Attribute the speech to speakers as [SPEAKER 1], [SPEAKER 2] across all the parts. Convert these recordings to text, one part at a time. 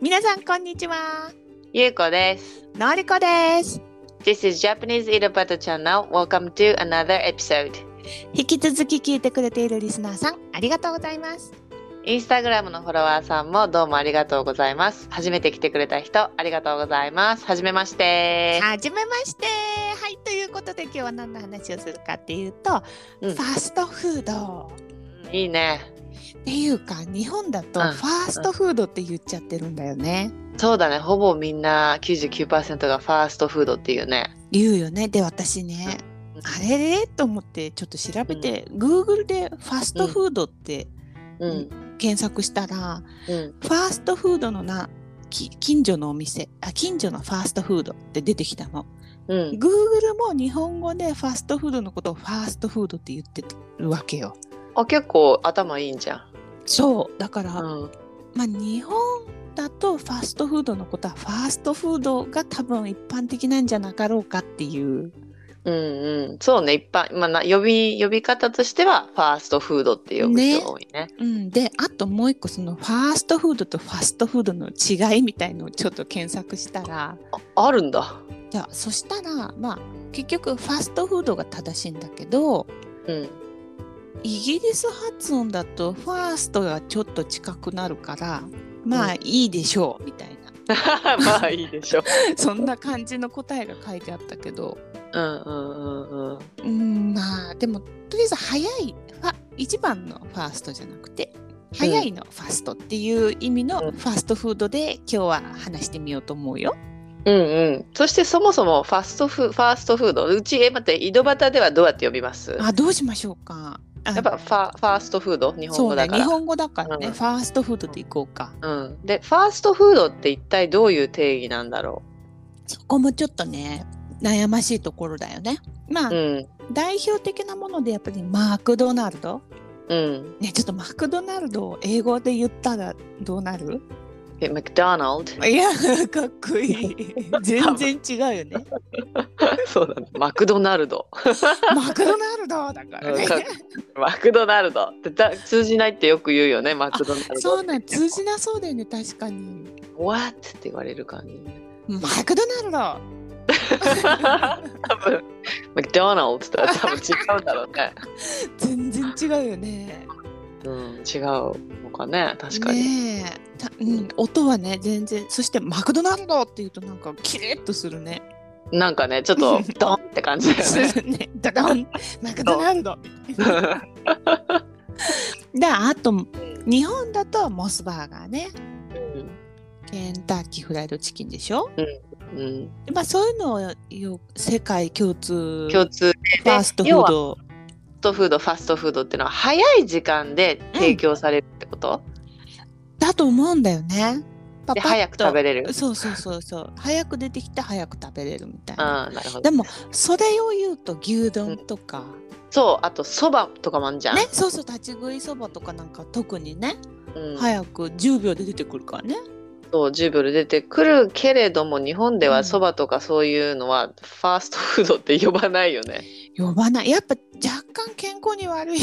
[SPEAKER 1] 皆さんこんにちは。
[SPEAKER 2] ゆうこです。
[SPEAKER 1] のりこです。
[SPEAKER 2] This is Japanese Eat a Butter Channel. Welcome to another episode.
[SPEAKER 1] 引き続き聞いてくれているリスナーさん、ありがとうございます。
[SPEAKER 2] インスタグラムのフォロワーさんもどうもありがとうございます。初めて来てくれた人、ありがとうございます。はじめまして。
[SPEAKER 1] はじめまして。はい、ということで今日は何の話をするかっていうと、
[SPEAKER 2] うん
[SPEAKER 1] ファストフード
[SPEAKER 2] いいね。
[SPEAKER 1] っていうか、日本だと
[SPEAKER 2] う
[SPEAKER 1] ファ
[SPEAKER 2] ん
[SPEAKER 1] ーストフードって言っちゃってるんだよね。
[SPEAKER 2] そうだね。ほぼみんな99%がファーストフードっていうね。
[SPEAKER 1] 言うよね。で、私ね、
[SPEAKER 2] うん
[SPEAKER 1] あれれと思ってちょっと調べて、Google でファストフードって
[SPEAKER 2] うん。
[SPEAKER 1] 検索したら、
[SPEAKER 2] うん。
[SPEAKER 1] ファーストフードのなき近所のお店あ近所のファーストフードって出てきたの
[SPEAKER 2] うん。
[SPEAKER 1] Google も日本語でファーストフードのことをファーストフードって言ってるわけよ
[SPEAKER 2] あ、結構頭いいんじゃん。
[SPEAKER 1] そうだから、
[SPEAKER 2] うん。
[SPEAKER 1] まあ日本だとファーストフードのことはファーストフードが多分一般的なんじゃなかろうかっていう
[SPEAKER 2] うんうん。そうね。一般、まあな、呼び、呼び方としては、ファーストフードって呼ぶ人が多いね。
[SPEAKER 1] うん、であともう一個そのファーストフードとファストフードの違いみたいのをちょっと検索したら
[SPEAKER 2] あるんだ。
[SPEAKER 1] じゃあそしたらまあ結局ファストフードが正しいんだけど
[SPEAKER 2] うん。
[SPEAKER 1] イギリス発音だとファーストがちょっと近くなるからまあ
[SPEAKER 2] う
[SPEAKER 1] いいでしょうみたいな
[SPEAKER 2] まあいいでしょう。
[SPEAKER 1] そんな感じの答えが書いてあったけど
[SPEAKER 2] うんうんうんうん。
[SPEAKER 1] うんまあでもとりあえず早いファ一番のファーストじゃなくて早いのファストっていう意味
[SPEAKER 2] う
[SPEAKER 1] の
[SPEAKER 2] ん
[SPEAKER 1] ファストフードで今日は話してみようと思うよ。
[SPEAKER 2] うんうん。そしてそもそもファストフファーストフード。うち、え、待って、井戸端ではどうやって呼びますや
[SPEAKER 1] あどうしましょうか。あ
[SPEAKER 2] っぱファファーストフード日本
[SPEAKER 1] そう
[SPEAKER 2] 語
[SPEAKER 1] ね
[SPEAKER 2] だか
[SPEAKER 1] 日
[SPEAKER 2] ら。
[SPEAKER 1] 本語だからね、
[SPEAKER 2] うん
[SPEAKER 1] ファーストフードでいこうか。
[SPEAKER 2] うん、でファーストフードって一体どういう定義なんだろ
[SPEAKER 1] そこもちょっとね悩ましいところだよね。まあ、
[SPEAKER 2] う、うん
[SPEAKER 1] 代表的なものでやっぱりマクドナルド
[SPEAKER 2] うん、
[SPEAKER 1] ねちょっとマクドナルドを英語で言ったらどうなる
[SPEAKER 2] えマクドナル
[SPEAKER 1] いやかっこい い全然違うよね
[SPEAKER 2] ド そうだ、ね、マクドナルド
[SPEAKER 1] マクドナルドだからね
[SPEAKER 2] うん マクドナルドってだ通じないってよく言うよねマクドナルド
[SPEAKER 1] そうなん通じなそうだよね確かに
[SPEAKER 2] What? って言われる感じね
[SPEAKER 1] マクドナル
[SPEAKER 2] 多分マクドナルドって言ったら多分違うんだろうね
[SPEAKER 1] ド全然違うよね
[SPEAKER 2] うん、違うのかね確かに、
[SPEAKER 1] ねえたうん、音はね全然そしてマクドナルドっていうとなんかキレッとするね
[SPEAKER 2] なんかねちょ っとドンって感じだよ
[SPEAKER 1] す
[SPEAKER 2] ね
[SPEAKER 1] るねドドンマクドナルドみたいなであと日本だとモスバーガーねケンタッキーフライドチキンでしょ、
[SPEAKER 2] うん、うん
[SPEAKER 1] でまあ、そういうのをよ世界共通
[SPEAKER 2] 共通フ
[SPEAKER 1] ファーストフードを
[SPEAKER 2] ァストフードファストフードってのは早い時間で提供されるってこと、
[SPEAKER 1] だと思うんだよね。パ
[SPEAKER 2] で
[SPEAKER 1] パッと
[SPEAKER 2] 早く食べれる
[SPEAKER 1] そうそうそうそう早く出てきて早く食べれるみたいな。
[SPEAKER 2] あなるほ
[SPEAKER 1] で
[SPEAKER 2] ど
[SPEAKER 1] もそれを言うと牛丼とか、
[SPEAKER 2] そうあとそばとかもあんじゃん、
[SPEAKER 1] ねそうそう立ち食いそばとかなんか特にね、
[SPEAKER 2] うん、
[SPEAKER 1] 早く10秒で出てくるからね。
[SPEAKER 2] そう10秒で出てくるけれども日本で
[SPEAKER 1] う
[SPEAKER 2] は
[SPEAKER 1] ん
[SPEAKER 2] そばとかそういうのはファーストフードって呼ばないよね、
[SPEAKER 1] 呼ばないやっぱ若干健康に 悪い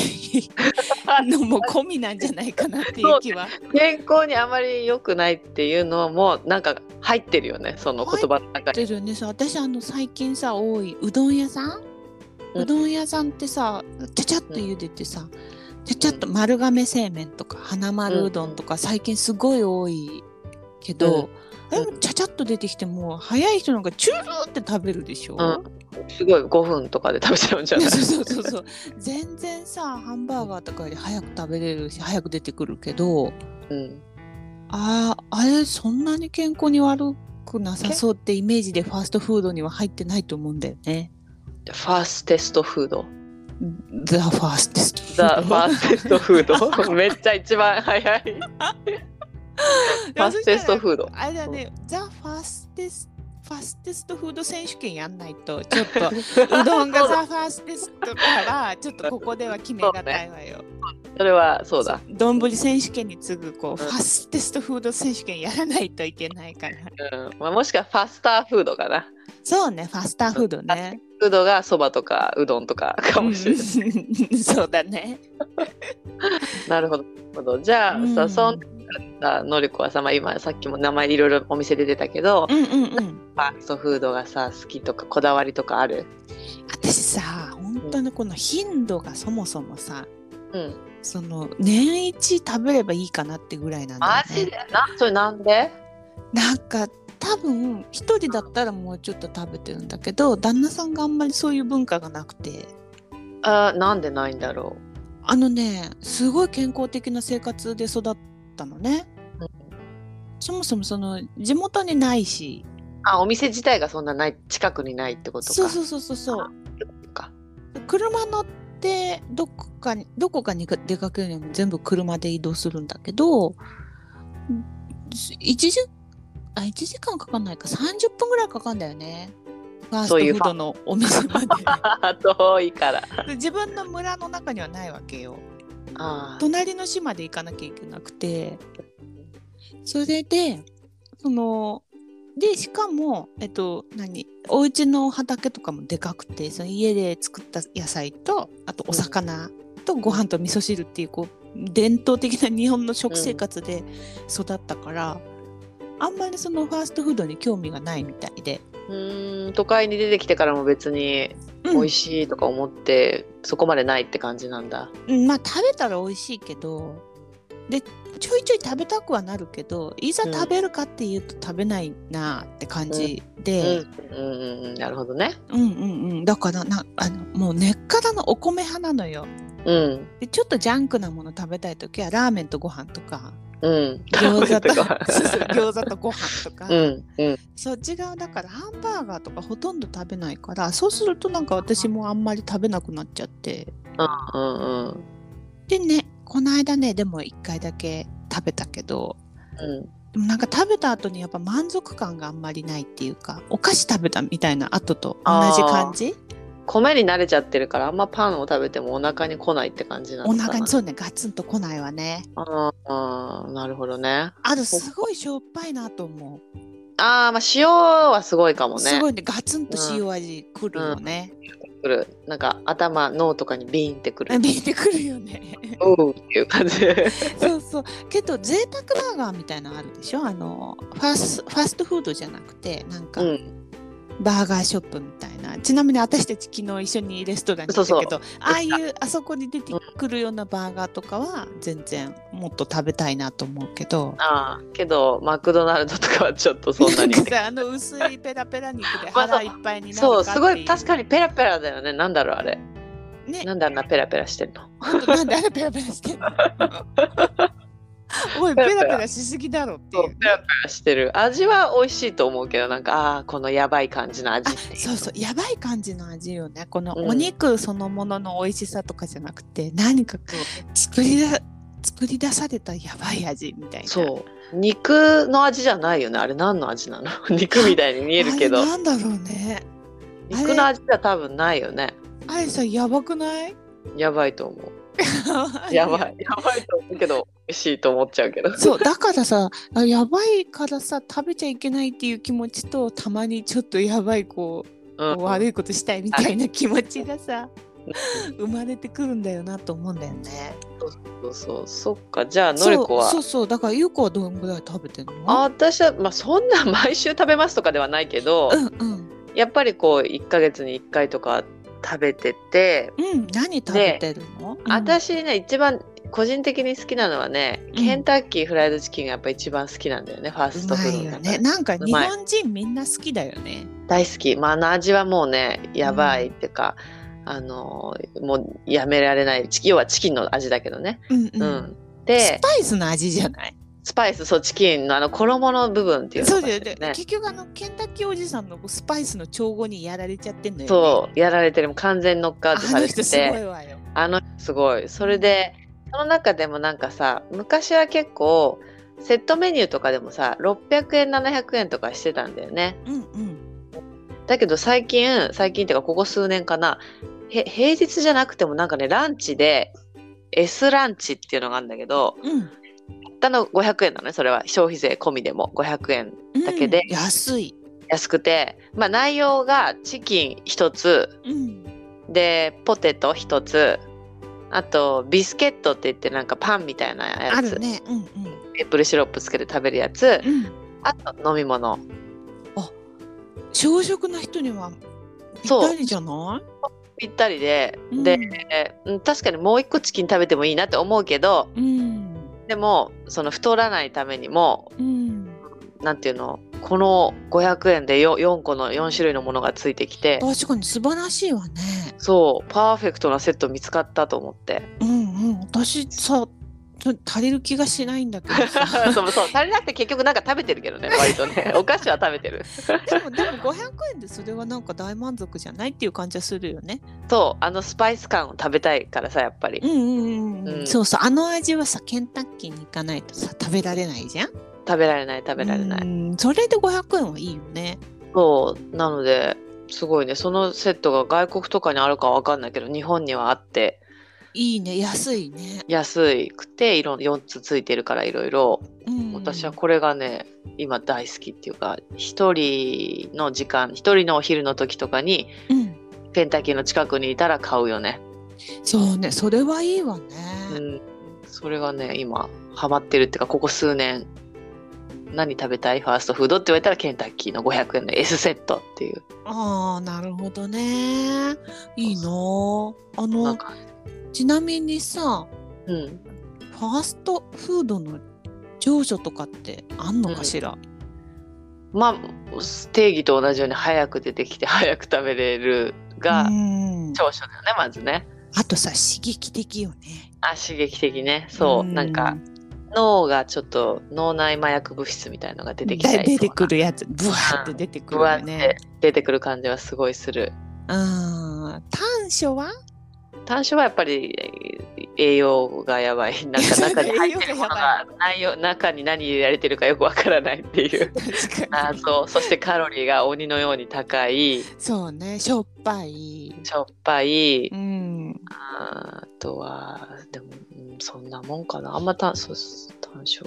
[SPEAKER 1] のも込みなんじゃないかなっていう気は。
[SPEAKER 2] 健康にあまり良くないっていうのもなんか入ってるよねその言葉の中に。
[SPEAKER 1] てるよねそう私あの最近さ多いうどん屋さん、う
[SPEAKER 2] うん
[SPEAKER 1] どん屋さんってさちゃちゃっと茹でてさ、ちゃちゃっと丸亀製麺とか花丸うどんとか最近すごい多いけど、
[SPEAKER 2] うん
[SPEAKER 1] あれもちゃちゃっと出てきてもう早い人なんかチュルーって食べるでしょ、
[SPEAKER 2] うんすごい5分とかで食べちゃうんじゃ
[SPEAKER 1] そ
[SPEAKER 2] な
[SPEAKER 1] う
[SPEAKER 2] い
[SPEAKER 1] そうそうそう全然さハンバーガーとかより早く食べれるし早く出てくるけど
[SPEAKER 2] うん、
[SPEAKER 1] あーあれそんなに健康に悪くなさそうってイメージでファーストフードには入ってないと思うんだよね。
[SPEAKER 2] ファーステストフード。
[SPEAKER 1] The fastest.
[SPEAKER 2] ザ・ファー ステストフード。めっちゃ一番早い。ファーステスト
[SPEAKER 1] ー
[SPEAKER 2] フード。
[SPEAKER 1] あれだね、The fastest. ファステストフード選手権やんないとちょっとうどんがザ・ファーステストからちょっとここでは決めがたいわよ。
[SPEAKER 2] それはそうだ。
[SPEAKER 1] どんぶり選手権に次ぐこう、
[SPEAKER 2] うん
[SPEAKER 1] ファステストフード選手権やらないといけないから。
[SPEAKER 2] うんまあ、もしくはファスターフードかな。
[SPEAKER 1] そうねファスターフードね。
[SPEAKER 2] フードがそばとかうどんとかかもしれない。
[SPEAKER 1] うんそうだね。
[SPEAKER 2] なるほどなるほど。じゃあ、
[SPEAKER 1] うん
[SPEAKER 2] さそんさのりこはさ、まあ、今さっきも名前でいろいろお店で出てたけど、
[SPEAKER 1] うんうんうん。
[SPEAKER 2] ファーストフードがさ好きとかこだわりとかある
[SPEAKER 1] 私さ、本当にこの頻度がそもそもさ、
[SPEAKER 2] うん
[SPEAKER 1] その年一食べればいいかなってぐらいなんだよ、ね
[SPEAKER 2] マ。ジでなそれなんで
[SPEAKER 1] なんか多分一人だったらもうちょっと食べてるんだけど旦那さんがあんまりそういう文化がなくて
[SPEAKER 2] あーなんでないんだろ
[SPEAKER 1] あのねすごい健康的な生活で育ったのね
[SPEAKER 2] う、
[SPEAKER 1] そもそもその地元にないし
[SPEAKER 2] あお店自体がそんなない近くにないってことか
[SPEAKER 1] そうそうそうそうそう
[SPEAKER 2] か
[SPEAKER 1] 車乗ってどこかにどこかに出かけるにも全部車で移動するんだけど1時あ1時間かかんないか30分ぐらいかかんだよねファースト
[SPEAKER 2] そうい
[SPEAKER 1] フ
[SPEAKER 2] う
[SPEAKER 1] ードのお店まで。
[SPEAKER 2] 遠いから
[SPEAKER 1] で自分の村の中にはないわけよ
[SPEAKER 2] あー
[SPEAKER 1] 隣の島で行かなきゃいけなくてそれでそのでしかもえっと何お家の畑とかもでかくてその家で作った野菜とあとお魚とご飯と味噌汁っていうこう伝統的な日本の食生活で育ったから、あんまりそのファーストフードに興味がないみたいで、
[SPEAKER 2] うーん都会に出てきてからも別に美味しいとか思って、そこまでないって感じなんだ
[SPEAKER 1] うんまあ食べたら美味しいけどでちょいちょい食べたくはなるけどいざ
[SPEAKER 2] うん
[SPEAKER 1] 食べるかっていうと食べないなって感じ
[SPEAKER 2] うん
[SPEAKER 1] で、
[SPEAKER 2] うんうんうんなるほどね
[SPEAKER 1] うん、うんうんだからなあのもう根っからのお米派なのよ
[SPEAKER 2] うん
[SPEAKER 1] でちょっとジャンクなもの食べたい時はラーメンとご飯とか
[SPEAKER 2] うん
[SPEAKER 1] 餃子と
[SPEAKER 2] 食べ た
[SPEAKER 1] そうそう餃子とご飯とか、
[SPEAKER 2] うんうん
[SPEAKER 1] そっち側だからハンバーガーとかほとんど食べないからそうするとなんか私もあんまり食べなくなっちゃって
[SPEAKER 2] うんうん
[SPEAKER 1] でねこの間ねでも1回だけ食べたけど
[SPEAKER 2] うん
[SPEAKER 1] でもなんか食べた後にやっぱ満足感があんまりないっていうかお菓子食べたみたいな後と同じ感じ
[SPEAKER 2] 米に慣れちゃってるからあんまパンを食べてもお腹に来ないって感じなの
[SPEAKER 1] お
[SPEAKER 2] かな
[SPEAKER 1] 腹にそうねガツンと来ないわね
[SPEAKER 2] あーなるほどね
[SPEAKER 1] あとすごいしょっぱいなと思う
[SPEAKER 2] あーまあ塩はすごいかも
[SPEAKER 1] す
[SPEAKER 2] ね
[SPEAKER 1] ごいねガツンと塩味くるよね、
[SPEAKER 2] くるなんか頭脳とかにビーンってくる
[SPEAKER 1] 見えてくるよね
[SPEAKER 2] おうっていう感 じ
[SPEAKER 1] そうそうけど贅沢バーガーみたいなのあるでしょあのファスファストフードじゃなくてなんか、
[SPEAKER 2] うん
[SPEAKER 1] バーガーショップみたいなちなみに私たち昨日一緒にレストランに行ったけどああいうあそこに出てくるようなバーガーとかは全然もっと食べたいなと思うけど
[SPEAKER 2] あーけどマクドナルドとかはちょっとそん なに
[SPEAKER 1] なんかさあの薄いペラペラ肉で
[SPEAKER 2] まあそう
[SPEAKER 1] 腹いっぱいになるか
[SPEAKER 2] そうすごい確
[SPEAKER 1] 確
[SPEAKER 2] かにペラペラだよねなんだろうあれ
[SPEAKER 1] ね
[SPEAKER 2] なんであんなペラペラしてんの
[SPEAKER 1] なん なんであれペラペラしてんのおいペラペラしすぎだろってい
[SPEAKER 2] そう
[SPEAKER 1] う
[SPEAKER 2] ペラペラしてる味は美味しいと思うけどなんかああーこのやばい感じの味ってい
[SPEAKER 1] そうそうやばい感じの味よねこの
[SPEAKER 2] うん
[SPEAKER 1] お肉そのものの美味しさとかじゃなくて何か
[SPEAKER 2] そう
[SPEAKER 1] 作りだ作り出されたやばい味みたいな
[SPEAKER 2] そう肉の味じゃないよねあれ何の味なの 肉みたいに見えるけど
[SPEAKER 1] あれなんだろうねあれ
[SPEAKER 2] 肉の味は多分ないよね
[SPEAKER 1] あれさやばくない
[SPEAKER 2] やばいと思う
[SPEAKER 1] や
[SPEAKER 2] やばいやばいと思うけど美味しいと思っちゃうけど
[SPEAKER 1] そうだからさあやばいからさ食べちゃいけないっていう気持ちとたまにちょっとやばいこう
[SPEAKER 2] うん
[SPEAKER 1] 悪いことしたいみたいな気持ちがさ生まれてくるんだよなと思うんだよね。
[SPEAKER 2] そうそうそっかじゃあの
[SPEAKER 1] そう
[SPEAKER 2] りこは
[SPEAKER 1] そうそうだからゆうこはどんぐらい食べてんの
[SPEAKER 2] あ私は、まあ、そんな毎週食べますとかではないけど、
[SPEAKER 1] うんうん
[SPEAKER 2] やっぱりこう1ヶ月に1回とか食べてて、
[SPEAKER 1] うん何食べてるの、うん、
[SPEAKER 2] 私ね一番個人的に好きなのはね
[SPEAKER 1] ん
[SPEAKER 2] ケンタッキーフライドチキンがやっぱ一番好きなんだよね、ファース
[SPEAKER 1] う
[SPEAKER 2] ト
[SPEAKER 1] ま
[SPEAKER 2] フード
[SPEAKER 1] いよ
[SPEAKER 2] の中で
[SPEAKER 1] ねなんか
[SPEAKER 2] う
[SPEAKER 1] 日
[SPEAKER 2] まい
[SPEAKER 1] 本人みんな好きだよね。
[SPEAKER 2] 大好き、まあ、あの味はもうねやばいってか、あのもうやめられないチキ要はチキンの味だけどね、
[SPEAKER 1] うん
[SPEAKER 2] うん
[SPEAKER 1] うん。ス
[SPEAKER 2] で
[SPEAKER 1] パイスの味じゃない
[SPEAKER 2] スパイスそうチキンのあの衣の部分っていうの
[SPEAKER 1] そう
[SPEAKER 2] が
[SPEAKER 1] だよ
[SPEAKER 2] ね
[SPEAKER 1] ね。結局あのケンタッキーおじさんのスパイスの調合にやられちゃってんのよ、ね。
[SPEAKER 2] そうやられてるもう完全にノックアウト
[SPEAKER 1] あ
[SPEAKER 2] さ
[SPEAKER 1] の
[SPEAKER 2] れ
[SPEAKER 1] 人
[SPEAKER 2] て
[SPEAKER 1] すごい
[SPEAKER 2] て
[SPEAKER 1] わよ。
[SPEAKER 2] あの人すごいそれでその中でもなんかさ昔は結構セットメニューとかでもさ600円700円とかしてたんだよね
[SPEAKER 1] うんうん。
[SPEAKER 2] だけど最近最近っていうかここ数年かなへ平日じゃなくてもなんかねランチで S ランチっていうのがあるんだけど
[SPEAKER 1] うん。
[SPEAKER 2] たの500円なのねそれは消費税込みでも500円
[SPEAKER 1] うん
[SPEAKER 2] だけで
[SPEAKER 1] 安い。
[SPEAKER 2] 安くてまあ内容がチキン1つ
[SPEAKER 1] うん。
[SPEAKER 2] でポテト1つあとビスケットって言ってなんかパンみたいなやつ
[SPEAKER 1] あるね。うんうん。
[SPEAKER 2] メープルシロップつけて食べるやつ
[SPEAKER 1] うん、
[SPEAKER 2] あと飲み物
[SPEAKER 1] 小食な人にはぴっ
[SPEAKER 2] そう
[SPEAKER 1] たりじゃな
[SPEAKER 2] ぴったりで、
[SPEAKER 1] い
[SPEAKER 2] で、うん確かにもう一個チキン食べてもいいなって思うけど
[SPEAKER 1] うん
[SPEAKER 2] でもその太らないためにも
[SPEAKER 1] うん、うん
[SPEAKER 2] なんていうのこの500円で 4, 4個の4種類のものがついてきて
[SPEAKER 1] 確かに素晴らしいわね。
[SPEAKER 2] そうパーフェクトなセット見つかったと思って。
[SPEAKER 1] うんうん、私さちょ足りる気がしないんだけどさ
[SPEAKER 2] そうそう足りなくて結局なんか食べてるけどね割 とねお菓子は食べてる
[SPEAKER 1] でもでも500円でそれはなんか大満足じゃないっていう感じはするよね。
[SPEAKER 2] そうあのスパイス感を食べたいからさやっぱり
[SPEAKER 1] うんうんうん、う、
[SPEAKER 2] うんん
[SPEAKER 1] そうそうあの味はさケンタッキーに行かないとさ食べられないじゃん。食
[SPEAKER 2] 食べられない食べられない、
[SPEAKER 1] い。それで500円はいいよね。
[SPEAKER 2] そうなのですごいねそのセットが外国とかにあるかわかんないけど日本にはあって
[SPEAKER 1] いいね安いね。
[SPEAKER 2] 安いくていろん4つついてるからいろいろ
[SPEAKER 1] うん、
[SPEAKER 2] 私はこれがね今大好きっていうか一人の時間一人のお昼の時とかに
[SPEAKER 1] うん、
[SPEAKER 2] ケンタッキーの近くにいたら買うよね、
[SPEAKER 1] そうねそれはいいわね。
[SPEAKER 2] うん、それがね今ハマってるっていうかここ数年何食べたいファーストフードって言われたらケンタッキーの500円の S セットっていう
[SPEAKER 1] ああなるほどね。いいなあ。あ
[SPEAKER 2] なん
[SPEAKER 1] の
[SPEAKER 2] か
[SPEAKER 1] ちなみにさ
[SPEAKER 2] うん
[SPEAKER 1] ファーストフードの上所とかってあんのかしら、
[SPEAKER 2] まあ定義と同じように早く出てきて早く食べれるが
[SPEAKER 1] うん
[SPEAKER 2] 長所だよねまずね
[SPEAKER 1] あとさ刺激的よね。
[SPEAKER 2] あ刺激的ねそうなんか脳がちょっと脳内麻薬物質みたいのが出てきたり
[SPEAKER 1] だい出て
[SPEAKER 2] と
[SPEAKER 1] く
[SPEAKER 2] か
[SPEAKER 1] るやつブワーって出てく
[SPEAKER 2] ぶ
[SPEAKER 1] る
[SPEAKER 2] わっ
[SPEAKER 1] よ
[SPEAKER 2] て
[SPEAKER 1] ね。
[SPEAKER 2] 出てくる感じはすごいする
[SPEAKER 1] うん短所は
[SPEAKER 2] 短所はやっぱり栄養がやばいなん か中に入ってるものが内容中に何入れられてるかよくわからないっていう
[SPEAKER 1] 確かに
[SPEAKER 2] 謎 そしてカロリーが鬼のように高い
[SPEAKER 1] そうねしょっぱい。
[SPEAKER 2] しょっぱい、
[SPEAKER 1] うん、
[SPEAKER 2] あとはでもうんそんなもんかなあんま短そう短所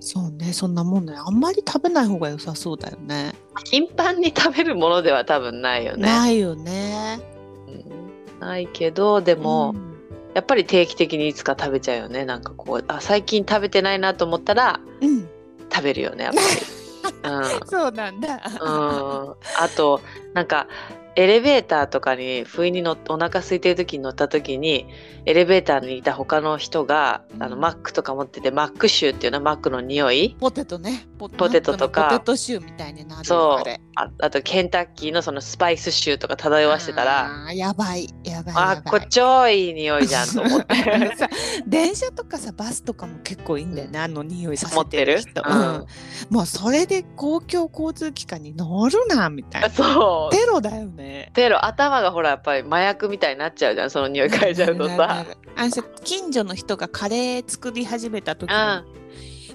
[SPEAKER 1] そうねそんなもんねあんまり食べない方が良さそうだよね。
[SPEAKER 2] 頻繁に食べるものでは多分ないよね
[SPEAKER 1] ないよね。
[SPEAKER 2] うんないけどでも、やっぱり定期的にいつか食べちゃうよねなんかこうあ最近食べてないなと思ったら
[SPEAKER 1] うん、うん、
[SPEAKER 2] 食べるよねやっ ぱり。
[SPEAKER 1] そうなんだ。
[SPEAKER 2] うん、うん、あとなんかエレベーターとかに不意に乗っお腹空いてる時に乗った時にエレベーターにいた他の人が、あの
[SPEAKER 1] うん
[SPEAKER 2] マックとか持っててマック臭っていうのはマックの匂い
[SPEAKER 1] ポテトねポ
[SPEAKER 2] ポテトとか
[SPEAKER 1] なんのポテトシューみたいになる
[SPEAKER 2] そう
[SPEAKER 1] あれ
[SPEAKER 2] ああとケンタッキーのそのスパイス臭とか漂わしてたら
[SPEAKER 1] あーやばいやばい
[SPEAKER 2] あ
[SPEAKER 1] やばい
[SPEAKER 2] こっちょいい匂いじゃんと思っ
[SPEAKER 1] あの
[SPEAKER 2] て。
[SPEAKER 1] さ電車とかさバスとかも結構いいんだよねあの匂いさせ
[SPEAKER 2] 持って
[SPEAKER 1] て
[SPEAKER 2] る
[SPEAKER 1] る人、
[SPEAKER 2] うん、
[SPEAKER 1] うんもうそれで公共交通機関に乗るなみたいな
[SPEAKER 2] そう
[SPEAKER 1] テロだよね
[SPEAKER 2] テロ頭がほらやっぱり麻薬みたいになっちゃうじゃんその匂い嗅いじゃうと
[SPEAKER 1] な
[SPEAKER 2] さ
[SPEAKER 1] るなるあのさ近所の人がカレー作り始めた時に、
[SPEAKER 2] う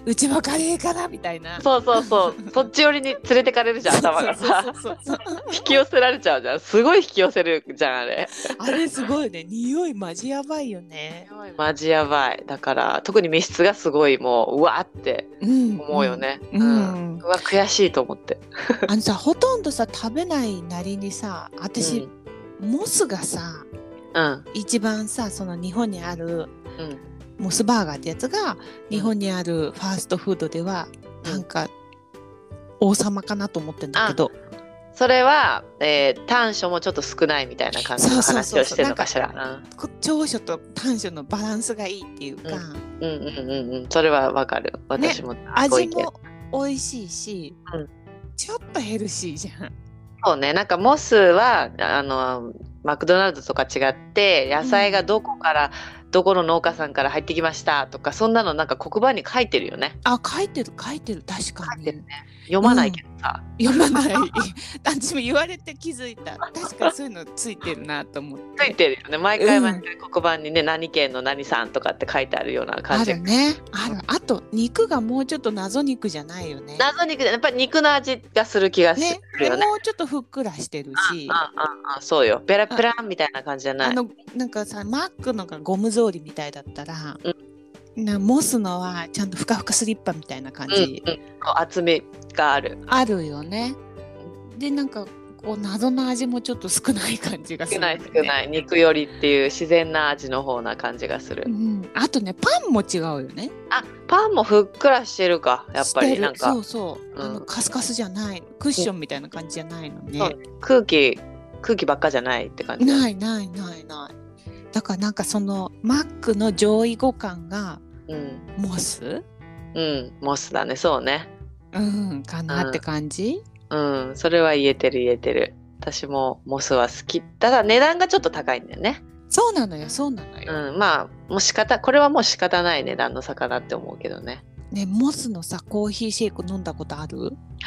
[SPEAKER 1] うちはカレーかなみたいなん
[SPEAKER 2] そうそうそうそっち寄りに連れてかれるじゃん頭が
[SPEAKER 1] そう
[SPEAKER 2] さ
[SPEAKER 1] そうそうそう
[SPEAKER 2] 引き寄せられちゃうじゃんすごい引き寄せるじゃんあれ
[SPEAKER 1] あれすごいね匂いマジやばいよね
[SPEAKER 2] マジやばいだから特に密室がすごいもううわーって思
[SPEAKER 1] 思
[SPEAKER 2] うよね
[SPEAKER 1] うんうん
[SPEAKER 2] うわ悔しいと思って
[SPEAKER 1] あのさほとんどさ食べないなりにさ私、モスがさ
[SPEAKER 2] うんうん
[SPEAKER 1] 一番さその日本にある
[SPEAKER 2] うん
[SPEAKER 1] モスバーガーってやつが日本にあるファーストフードでは、
[SPEAKER 2] うん
[SPEAKER 1] なんか王様かなと思ってんだけど、
[SPEAKER 2] それは、えー短所もちょっと少ないみたいな感じの
[SPEAKER 1] そうそう
[SPEAKER 2] 話
[SPEAKER 1] そうそう
[SPEAKER 2] をしてるのかしら
[SPEAKER 1] こ長所と短所のバランスがいいっていうか、
[SPEAKER 2] うんうんうんうんうんそれはわかる私もご
[SPEAKER 1] 味
[SPEAKER 2] 意見、
[SPEAKER 1] も美味しいし、
[SPEAKER 2] うん
[SPEAKER 1] ちょっとヘルシーじゃん。
[SPEAKER 2] そうね、なんかモスはあのマクドナルドとか違って野菜がどこから、どこの農家さんから入ってきましたとかそんなのなんか黒板に書いてるよね
[SPEAKER 1] あ書いてる書いてる確か
[SPEAKER 2] 書い
[SPEAKER 1] に
[SPEAKER 2] てるね読まないけどさ、
[SPEAKER 1] 読まない 私も言われて気づいた確かにそういうのついてるなと思って
[SPEAKER 2] 書いてるよね毎回毎回黒板にね、何県の何さんとかって書いてあるような感
[SPEAKER 1] あ
[SPEAKER 2] じ
[SPEAKER 1] るねあるあと肉がもうちょっと謎肉じゃないよね
[SPEAKER 2] 謎肉でやっぱり肉の味がする気がす
[SPEAKER 1] ね
[SPEAKER 2] る
[SPEAKER 1] で
[SPEAKER 2] よね
[SPEAKER 1] もうちょっとふっくらしてるしあ
[SPEAKER 2] あああそうよペラペランみたいな感じじゃない
[SPEAKER 1] のなんかさマックのがゴム草履みたいだったら、
[SPEAKER 2] う
[SPEAKER 1] なモスのはちゃんとふかふかスリッパみたいな感
[SPEAKER 2] うんうん
[SPEAKER 1] じ、
[SPEAKER 2] こう厚みがある
[SPEAKER 1] あるよねでなんかこう謎の味もちょっと少ない感じがす
[SPEAKER 2] 少
[SPEAKER 1] る、
[SPEAKER 2] ない少
[SPEAKER 1] い、
[SPEAKER 2] ない肉よりっていう自然な味の方な感じがする、
[SPEAKER 1] うん、あとねパンも違うよね
[SPEAKER 2] あパンもふっくらしてるかやっぱ
[SPEAKER 1] して
[SPEAKER 2] り
[SPEAKER 1] る
[SPEAKER 2] なんか
[SPEAKER 1] そうそう、あの
[SPEAKER 2] うん
[SPEAKER 1] カスカスじゃないクッションみたいな感じじゃないのね
[SPEAKER 2] そう空気空気ばっかじゃないって感じ
[SPEAKER 1] ないないないないだからなんかそのマックの上位互換が
[SPEAKER 2] うん
[SPEAKER 1] モス
[SPEAKER 2] うんモスだねそうね
[SPEAKER 1] うんかなって感じ、
[SPEAKER 2] うんそれは言えてる言えてる私もモスは好きただ値段がちょっと高いんだよね
[SPEAKER 1] そうなのよそうなのよ、
[SPEAKER 2] うんまあもう仕方これはもう仕方ない値段の魚って思うけどね
[SPEAKER 1] ねモスのさコーヒーシェイク飲んだことある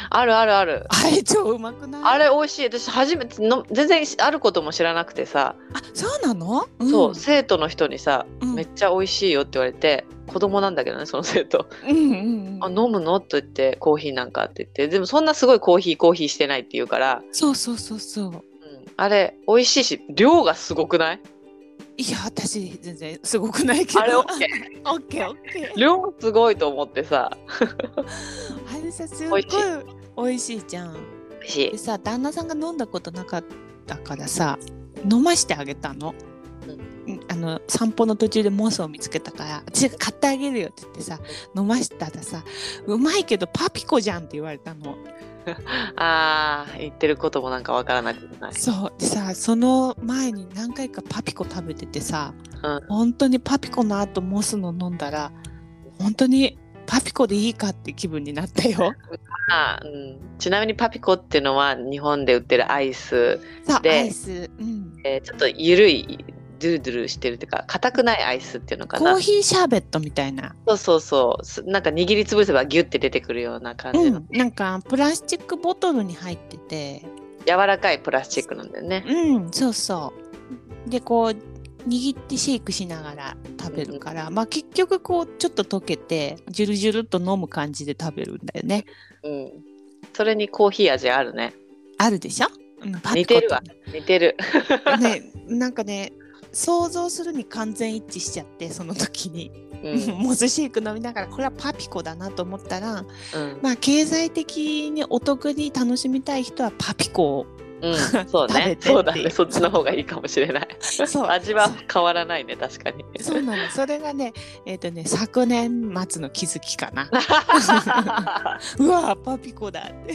[SPEAKER 2] あるあるある
[SPEAKER 1] あれ超うまくない
[SPEAKER 2] あれ美味しい私初めての全然あることも知らなくてさ、
[SPEAKER 1] あそうなの、ん
[SPEAKER 2] そう生徒の人にさ、
[SPEAKER 1] うん
[SPEAKER 2] めっちゃ美味しいよって言われて子供なんだけどねその生徒
[SPEAKER 1] うんうん
[SPEAKER 2] 「
[SPEAKER 1] う
[SPEAKER 2] あ
[SPEAKER 1] ん
[SPEAKER 2] 飲むの?」って言って「コーヒーなんか」って言ってでもそんなすごいコーヒーコーヒーしてないって言うから、
[SPEAKER 1] そうそうそうそう
[SPEAKER 2] うんあれ美味しいし量がすご くない
[SPEAKER 1] いや私全然すごくないけど
[SPEAKER 2] あれ OK
[SPEAKER 1] オッケーオッケー
[SPEAKER 2] 量がすごいと思ってさ
[SPEAKER 1] あれさすっ
[SPEAKER 2] 美
[SPEAKER 1] ごい
[SPEAKER 2] 味しい
[SPEAKER 1] 美味しいじゃん
[SPEAKER 2] 美味しい
[SPEAKER 1] でさ旦那さんが飲んだことなかったからさ飲ましてあげたの。うんあの散歩の途中でモスを見つけたから私が買ってあげるよって言ってさ飲ましたらさ「うまいけどパピコじゃん」って言われたの。
[SPEAKER 2] あー言ってることもなんかわからなくもない
[SPEAKER 1] そうでさその前に何回かパピコ食べててさ、
[SPEAKER 2] うん
[SPEAKER 1] 本当にパピコの後モスの飲んだら本当にパピコでいいかって気分になった よ。
[SPEAKER 2] あー、うん、ちなみにパピコっていうのは日本で売ってるアイス、
[SPEAKER 1] さあ
[SPEAKER 2] で
[SPEAKER 1] アイス、うん、
[SPEAKER 2] えーちょっとゆるいドゥルドゥルしてるっていうか硬くないアイスっていうのか
[SPEAKER 1] コ
[SPEAKER 2] な
[SPEAKER 1] ーヒーシャーベットみたいな
[SPEAKER 2] そうそうそうすなんか握りつぶせばギュッて出てくるような感じの、
[SPEAKER 1] うん、なんかプラスチックボトルに入ってて
[SPEAKER 2] 柔らかいプラスチックなんだよね、
[SPEAKER 1] うんそうそうでこう握ってシェイクしながら食べるから、まあ結局こうちょっと溶けてジュルジュルっと飲む感じで食べるんだよね
[SPEAKER 2] うん、それにコーヒー味あるね
[SPEAKER 1] あるでしょ、うん、パピ
[SPEAKER 2] 似
[SPEAKER 1] コと
[SPEAKER 2] てるわ似てる
[SPEAKER 1] ねなんかね想像するに完全一致しちゃってその時に、
[SPEAKER 2] う ん、
[SPEAKER 1] モスシェイク飲みながらこれはパピコだなと思ったら
[SPEAKER 2] うん
[SPEAKER 1] まあ経済的にお得に楽しみたい人はパピコを
[SPEAKER 2] うん、そう
[SPEAKER 1] 食べてっ
[SPEAKER 2] ね
[SPEAKER 1] ていう
[SPEAKER 2] そうだねそっちの方がいいかもしれない
[SPEAKER 1] そう
[SPEAKER 2] 味は変わらないね確かに
[SPEAKER 1] そうなの。それがね、えっ、とね、昨年末の気づきか な。うわ、パピコだって。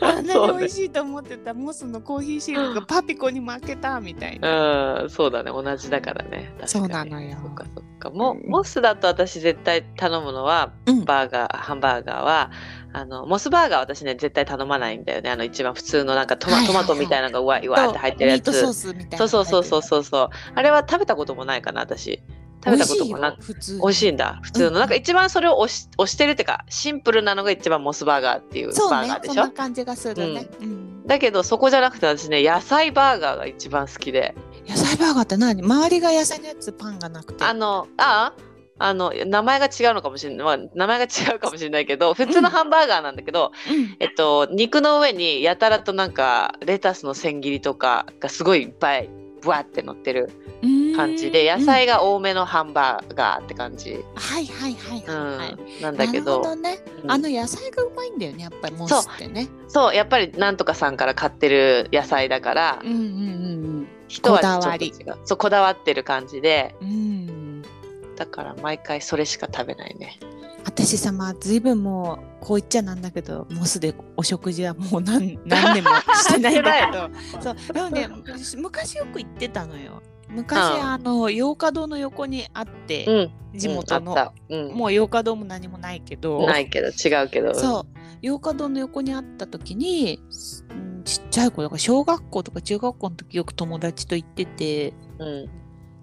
[SPEAKER 1] あんなに美味しいと思ってたモスのコーヒーシェイクがパピコに負けたみたいな。
[SPEAKER 2] うん、そうだね同じだからね確かに
[SPEAKER 1] そうなのよ
[SPEAKER 2] そっかそっかも
[SPEAKER 1] うん
[SPEAKER 2] モスだと私絶対頼むのは
[SPEAKER 1] うん
[SPEAKER 2] バーガー、ハンバーガーはあのモスバーガーは私ね絶対頼まないんだよねあの一番普通のなんかトマ,、
[SPEAKER 1] はいはいはい
[SPEAKER 2] トマトみたいなのがうわいうわーって入ってるや
[SPEAKER 1] ミートソー
[SPEAKER 2] つ
[SPEAKER 1] スみたいな
[SPEAKER 2] そ
[SPEAKER 1] の
[SPEAKER 2] うそうそうそ
[SPEAKER 1] 入
[SPEAKER 2] うそうそうあれは食べたこともないかな私
[SPEAKER 1] っ
[SPEAKER 2] 食
[SPEAKER 1] てる。
[SPEAKER 2] べたこともなく
[SPEAKER 1] 美味しいよ普通に
[SPEAKER 2] 美味しいんだ普通の、
[SPEAKER 1] うん
[SPEAKER 2] なんか一番それを推し推してるっていうかシンプルなのが一番モスバーガーっていう
[SPEAKER 1] そう
[SPEAKER 2] バー
[SPEAKER 1] ね
[SPEAKER 2] ガーで
[SPEAKER 1] そん
[SPEAKER 2] しょ、
[SPEAKER 1] な感じがするね、うん
[SPEAKER 2] だけどそこじゃなくて私ね野菜バーガーが一番好きで
[SPEAKER 1] 野菜バーガーって何周りが野菜のやつパンがなくて
[SPEAKER 2] あのあああの名前が違うのかもしれない、まあ、名前が違うかもしれないけど普通のハンバーガーなんだけど、
[SPEAKER 1] うん
[SPEAKER 2] えっと、肉の上にやたらとなんかレタスの千切りとかがすごいいっぱいブワって乗ってる感じで野菜
[SPEAKER 1] が、
[SPEAKER 2] が多めのハンバーガーって感じ、
[SPEAKER 1] うんはいはいはい
[SPEAKER 2] うん
[SPEAKER 1] はい、はい
[SPEAKER 2] なんだけど
[SPEAKER 1] なるほどね、
[SPEAKER 2] うん
[SPEAKER 1] あの野菜がうまいんだよねやっぱりモスってね
[SPEAKER 2] そうやっぱりなんとかさんから買ってる野菜だから、
[SPEAKER 1] うんうんうん
[SPEAKER 2] 人はちょっ
[SPEAKER 1] こだわ
[SPEAKER 2] と
[SPEAKER 1] り
[SPEAKER 2] 違うそうこだわってる感じで
[SPEAKER 1] うんうん
[SPEAKER 2] だから毎回それしか食べないね。
[SPEAKER 1] 私さまあ随分もうこう言っちゃなんだけどモスでお食事はもう何何年もしてないん だけどそうでもね昔よく行ってたのよ昔、
[SPEAKER 2] うん
[SPEAKER 1] あの洋華堂の横にあって、
[SPEAKER 2] うん、
[SPEAKER 1] 地元の
[SPEAKER 2] うん、あ、ったうん
[SPEAKER 1] もう洋華堂も何もないけど
[SPEAKER 2] ないけど違うけど
[SPEAKER 1] そう洋華堂の横にあった時に、うん、ちっちゃい子だから小学校とか中学校の時よく友達と行ってて
[SPEAKER 2] うん、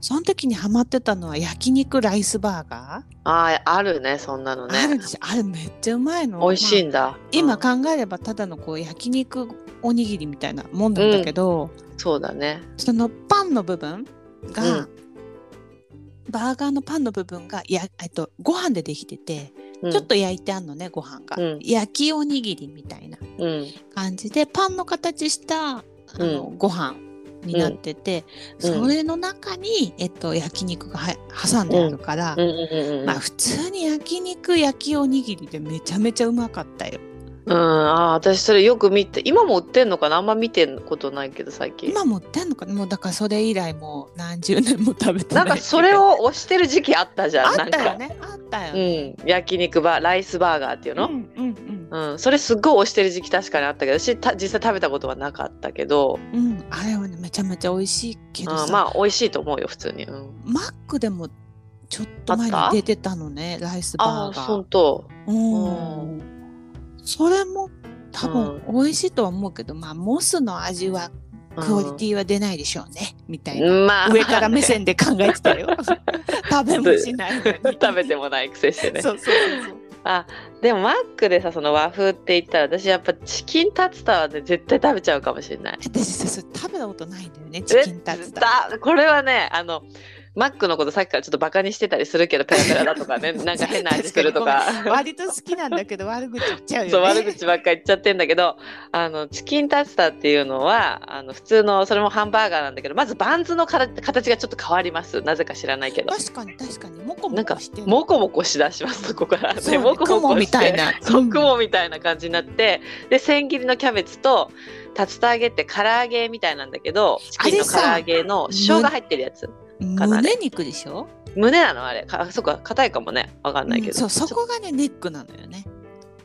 [SPEAKER 1] その時にハマってたのは焼肉ライスバーガ
[SPEAKER 2] あーあるねそんなの
[SPEAKER 1] ー、ある
[SPEAKER 2] ね
[SPEAKER 1] でしょあれめっちゃうまいの
[SPEAKER 2] 美味しい
[SPEAKER 1] まあ
[SPEAKER 2] んだ、
[SPEAKER 1] 今
[SPEAKER 2] うん
[SPEAKER 1] 考えればただのこう焼肉おにぎりみたいなもんなんだけど、
[SPEAKER 2] そうだね
[SPEAKER 1] そのパンの部分が、
[SPEAKER 2] うん
[SPEAKER 1] バーガーのパンの部分がや、えっと、ご飯でできてて、
[SPEAKER 2] うん
[SPEAKER 1] ちょっと焼いてあんのねご飯が、
[SPEAKER 2] うん
[SPEAKER 1] 焼きおにぎりみたいな
[SPEAKER 2] うん
[SPEAKER 1] 感じでパンの形したあの、
[SPEAKER 2] う
[SPEAKER 1] ご飯になってて、
[SPEAKER 2] うん
[SPEAKER 1] それの中に、えっと、焼肉がは挟んであるから、
[SPEAKER 2] うんうんうんうん
[SPEAKER 1] まあ、普通に焼肉焼きおにぎりでめちゃめちゃうまかったよ。
[SPEAKER 2] うん、あー私それよく見て今も売ってんのかなあんま見てんことないけど最近
[SPEAKER 1] 今も売ってんのかなもうだからそれ以来もう何十年も食べてな
[SPEAKER 2] ないんかそれを押してる時期あったじゃん
[SPEAKER 1] あったよ
[SPEAKER 2] なんか
[SPEAKER 1] ねあったよね、
[SPEAKER 2] うん、焼肉バーライスバーガーっていう
[SPEAKER 1] う
[SPEAKER 2] の、
[SPEAKER 1] んうん
[SPEAKER 2] うん、それすっごい推してる時期確かにあったけど私た実際食べたことはなかったけど、
[SPEAKER 1] うん、うん、あれはねめちゃめちゃ美味しいけ
[SPEAKER 2] うん、
[SPEAKER 1] どさ、
[SPEAKER 2] まあ美味しいと思うよ普通に、うん、
[SPEAKER 1] マックでもちょっと前に
[SPEAKER 2] あった
[SPEAKER 1] 出てたのねライス
[SPEAKER 2] あ
[SPEAKER 1] バー
[SPEAKER 2] あ
[SPEAKER 1] ガ
[SPEAKER 2] 本
[SPEAKER 1] ー
[SPEAKER 2] 当
[SPEAKER 1] うんそれも多分美味しいとは思うけど、まあモスの味はクオリティは出ないでしょうね、みたいな、
[SPEAKER 2] うんまあ
[SPEAKER 1] 上から目線で考えてた よ食べもしないのに
[SPEAKER 2] 食べてもないくせしてね
[SPEAKER 1] そうそうそう
[SPEAKER 2] でもマックでさその和風って言ったら私やっぱチキンタツタはね絶対食べちゃうかもしれない
[SPEAKER 1] 私さそれ食べたことないんだよねチキンタツタ
[SPEAKER 2] 絶対これはねあのマックのことさっきからちょっとバカにしてたりするけどペラペラだと かねなんか変な味するとか
[SPEAKER 1] 確にごめん割と好きなんだけど悪口言っちゃうよね
[SPEAKER 2] そう悪口ばっかり言っちゃってんだけどあのチキンタツタっていうのはあの普通のそれもハンバーガーなんだけどまずバンズのから形がちょっと変わりますなぜか知らないけど
[SPEAKER 1] 確かに確かにモコ
[SPEAKER 2] な
[SPEAKER 1] モ
[SPEAKER 2] んか
[SPEAKER 1] コしてる
[SPEAKER 2] モコモコしだしますそこから
[SPEAKER 1] そう
[SPEAKER 2] でモコモ
[SPEAKER 1] 雲
[SPEAKER 2] コ
[SPEAKER 1] み
[SPEAKER 2] して
[SPEAKER 1] たいな
[SPEAKER 2] そう雲みたいな感じになってで千切りのキャベツと竜田揚げって唐揚げみたいなんだけどチキンの唐揚げの
[SPEAKER 1] れさ
[SPEAKER 2] 生姜入ってるやつ
[SPEAKER 1] うん
[SPEAKER 2] かな
[SPEAKER 1] 胸肉でしょ
[SPEAKER 2] 胸なのあれかあそっか硬いかもねわかんないけど、
[SPEAKER 1] うんそう
[SPEAKER 2] ち
[SPEAKER 1] そ
[SPEAKER 2] ょ
[SPEAKER 1] こ
[SPEAKER 2] っ
[SPEAKER 1] がねネックなのよ ね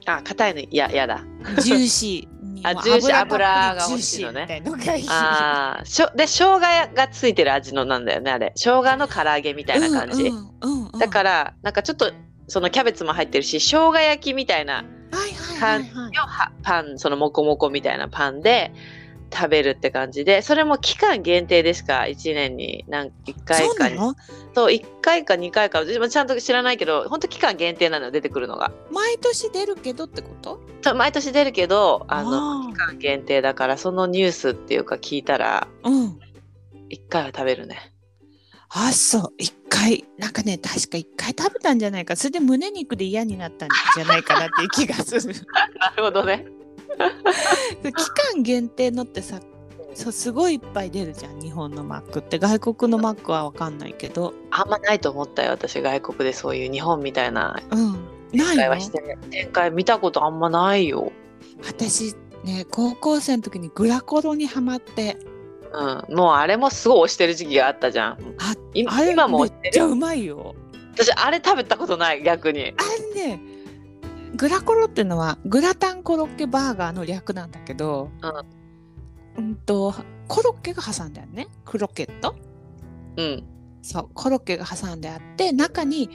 [SPEAKER 2] とあ硬いのいやや だ
[SPEAKER 1] ジューシーに
[SPEAKER 2] あ
[SPEAKER 1] もう
[SPEAKER 2] ジューシー
[SPEAKER 1] たっぷり
[SPEAKER 2] 油が欲しいのね
[SPEAKER 1] ジューシーみたいのがいい
[SPEAKER 2] あーしょで生姜がついてる味のなんだよねあれ生姜の唐揚げみたいな感じ、
[SPEAKER 1] うんうんうんうん
[SPEAKER 2] だからなんかちょっとそのキャベツも入ってるし生姜焼きみたいな
[SPEAKER 1] はいはいはいはい
[SPEAKER 2] のはパンそのモコモコみたいなパンで食べるって感じでそれも期間限定でしか1年に何1回
[SPEAKER 1] そう
[SPEAKER 2] か
[SPEAKER 1] なの
[SPEAKER 2] と1回か2回かでもちゃんと知らないけど本当期間限定なの出てくるのが
[SPEAKER 1] 毎年出るけどってこと
[SPEAKER 2] そう毎年出るけどあの
[SPEAKER 1] の
[SPEAKER 2] 期間限定だからそのニュースっていうか聞いたら
[SPEAKER 1] うん
[SPEAKER 2] 1回は食べるね
[SPEAKER 1] あそう一回なんかね確か一回食べたんじゃないかそれで胸肉で嫌になったんじゃないかなっていう気がす る
[SPEAKER 2] なるほどね
[SPEAKER 1] 期間限定のってさそうすごいいっぱい出るじゃん日本のマックって外国のマックは分かんないけど
[SPEAKER 2] あんまないと思ったよ私外国でそういう日本みたいな
[SPEAKER 1] うんない
[SPEAKER 2] 展開
[SPEAKER 1] の
[SPEAKER 2] はして展開見たことあんまないよ、
[SPEAKER 1] 私ね高校生の時にグラコロにハマって
[SPEAKER 2] うん、もうあれもすごい推してる時期があったじゃん
[SPEAKER 1] あ
[SPEAKER 2] 今
[SPEAKER 1] あれ
[SPEAKER 2] 今も
[SPEAKER 1] めっ
[SPEAKER 2] 推してる
[SPEAKER 1] ちゃうまいよ
[SPEAKER 2] 私あれ食べたことない逆に
[SPEAKER 1] あれねグラコロってのはグラタンコロッケバーガーの略なんだけど、うん、とコロッケが挟んだよねクロケット
[SPEAKER 2] うん
[SPEAKER 1] そうコロッケが挟んであって中に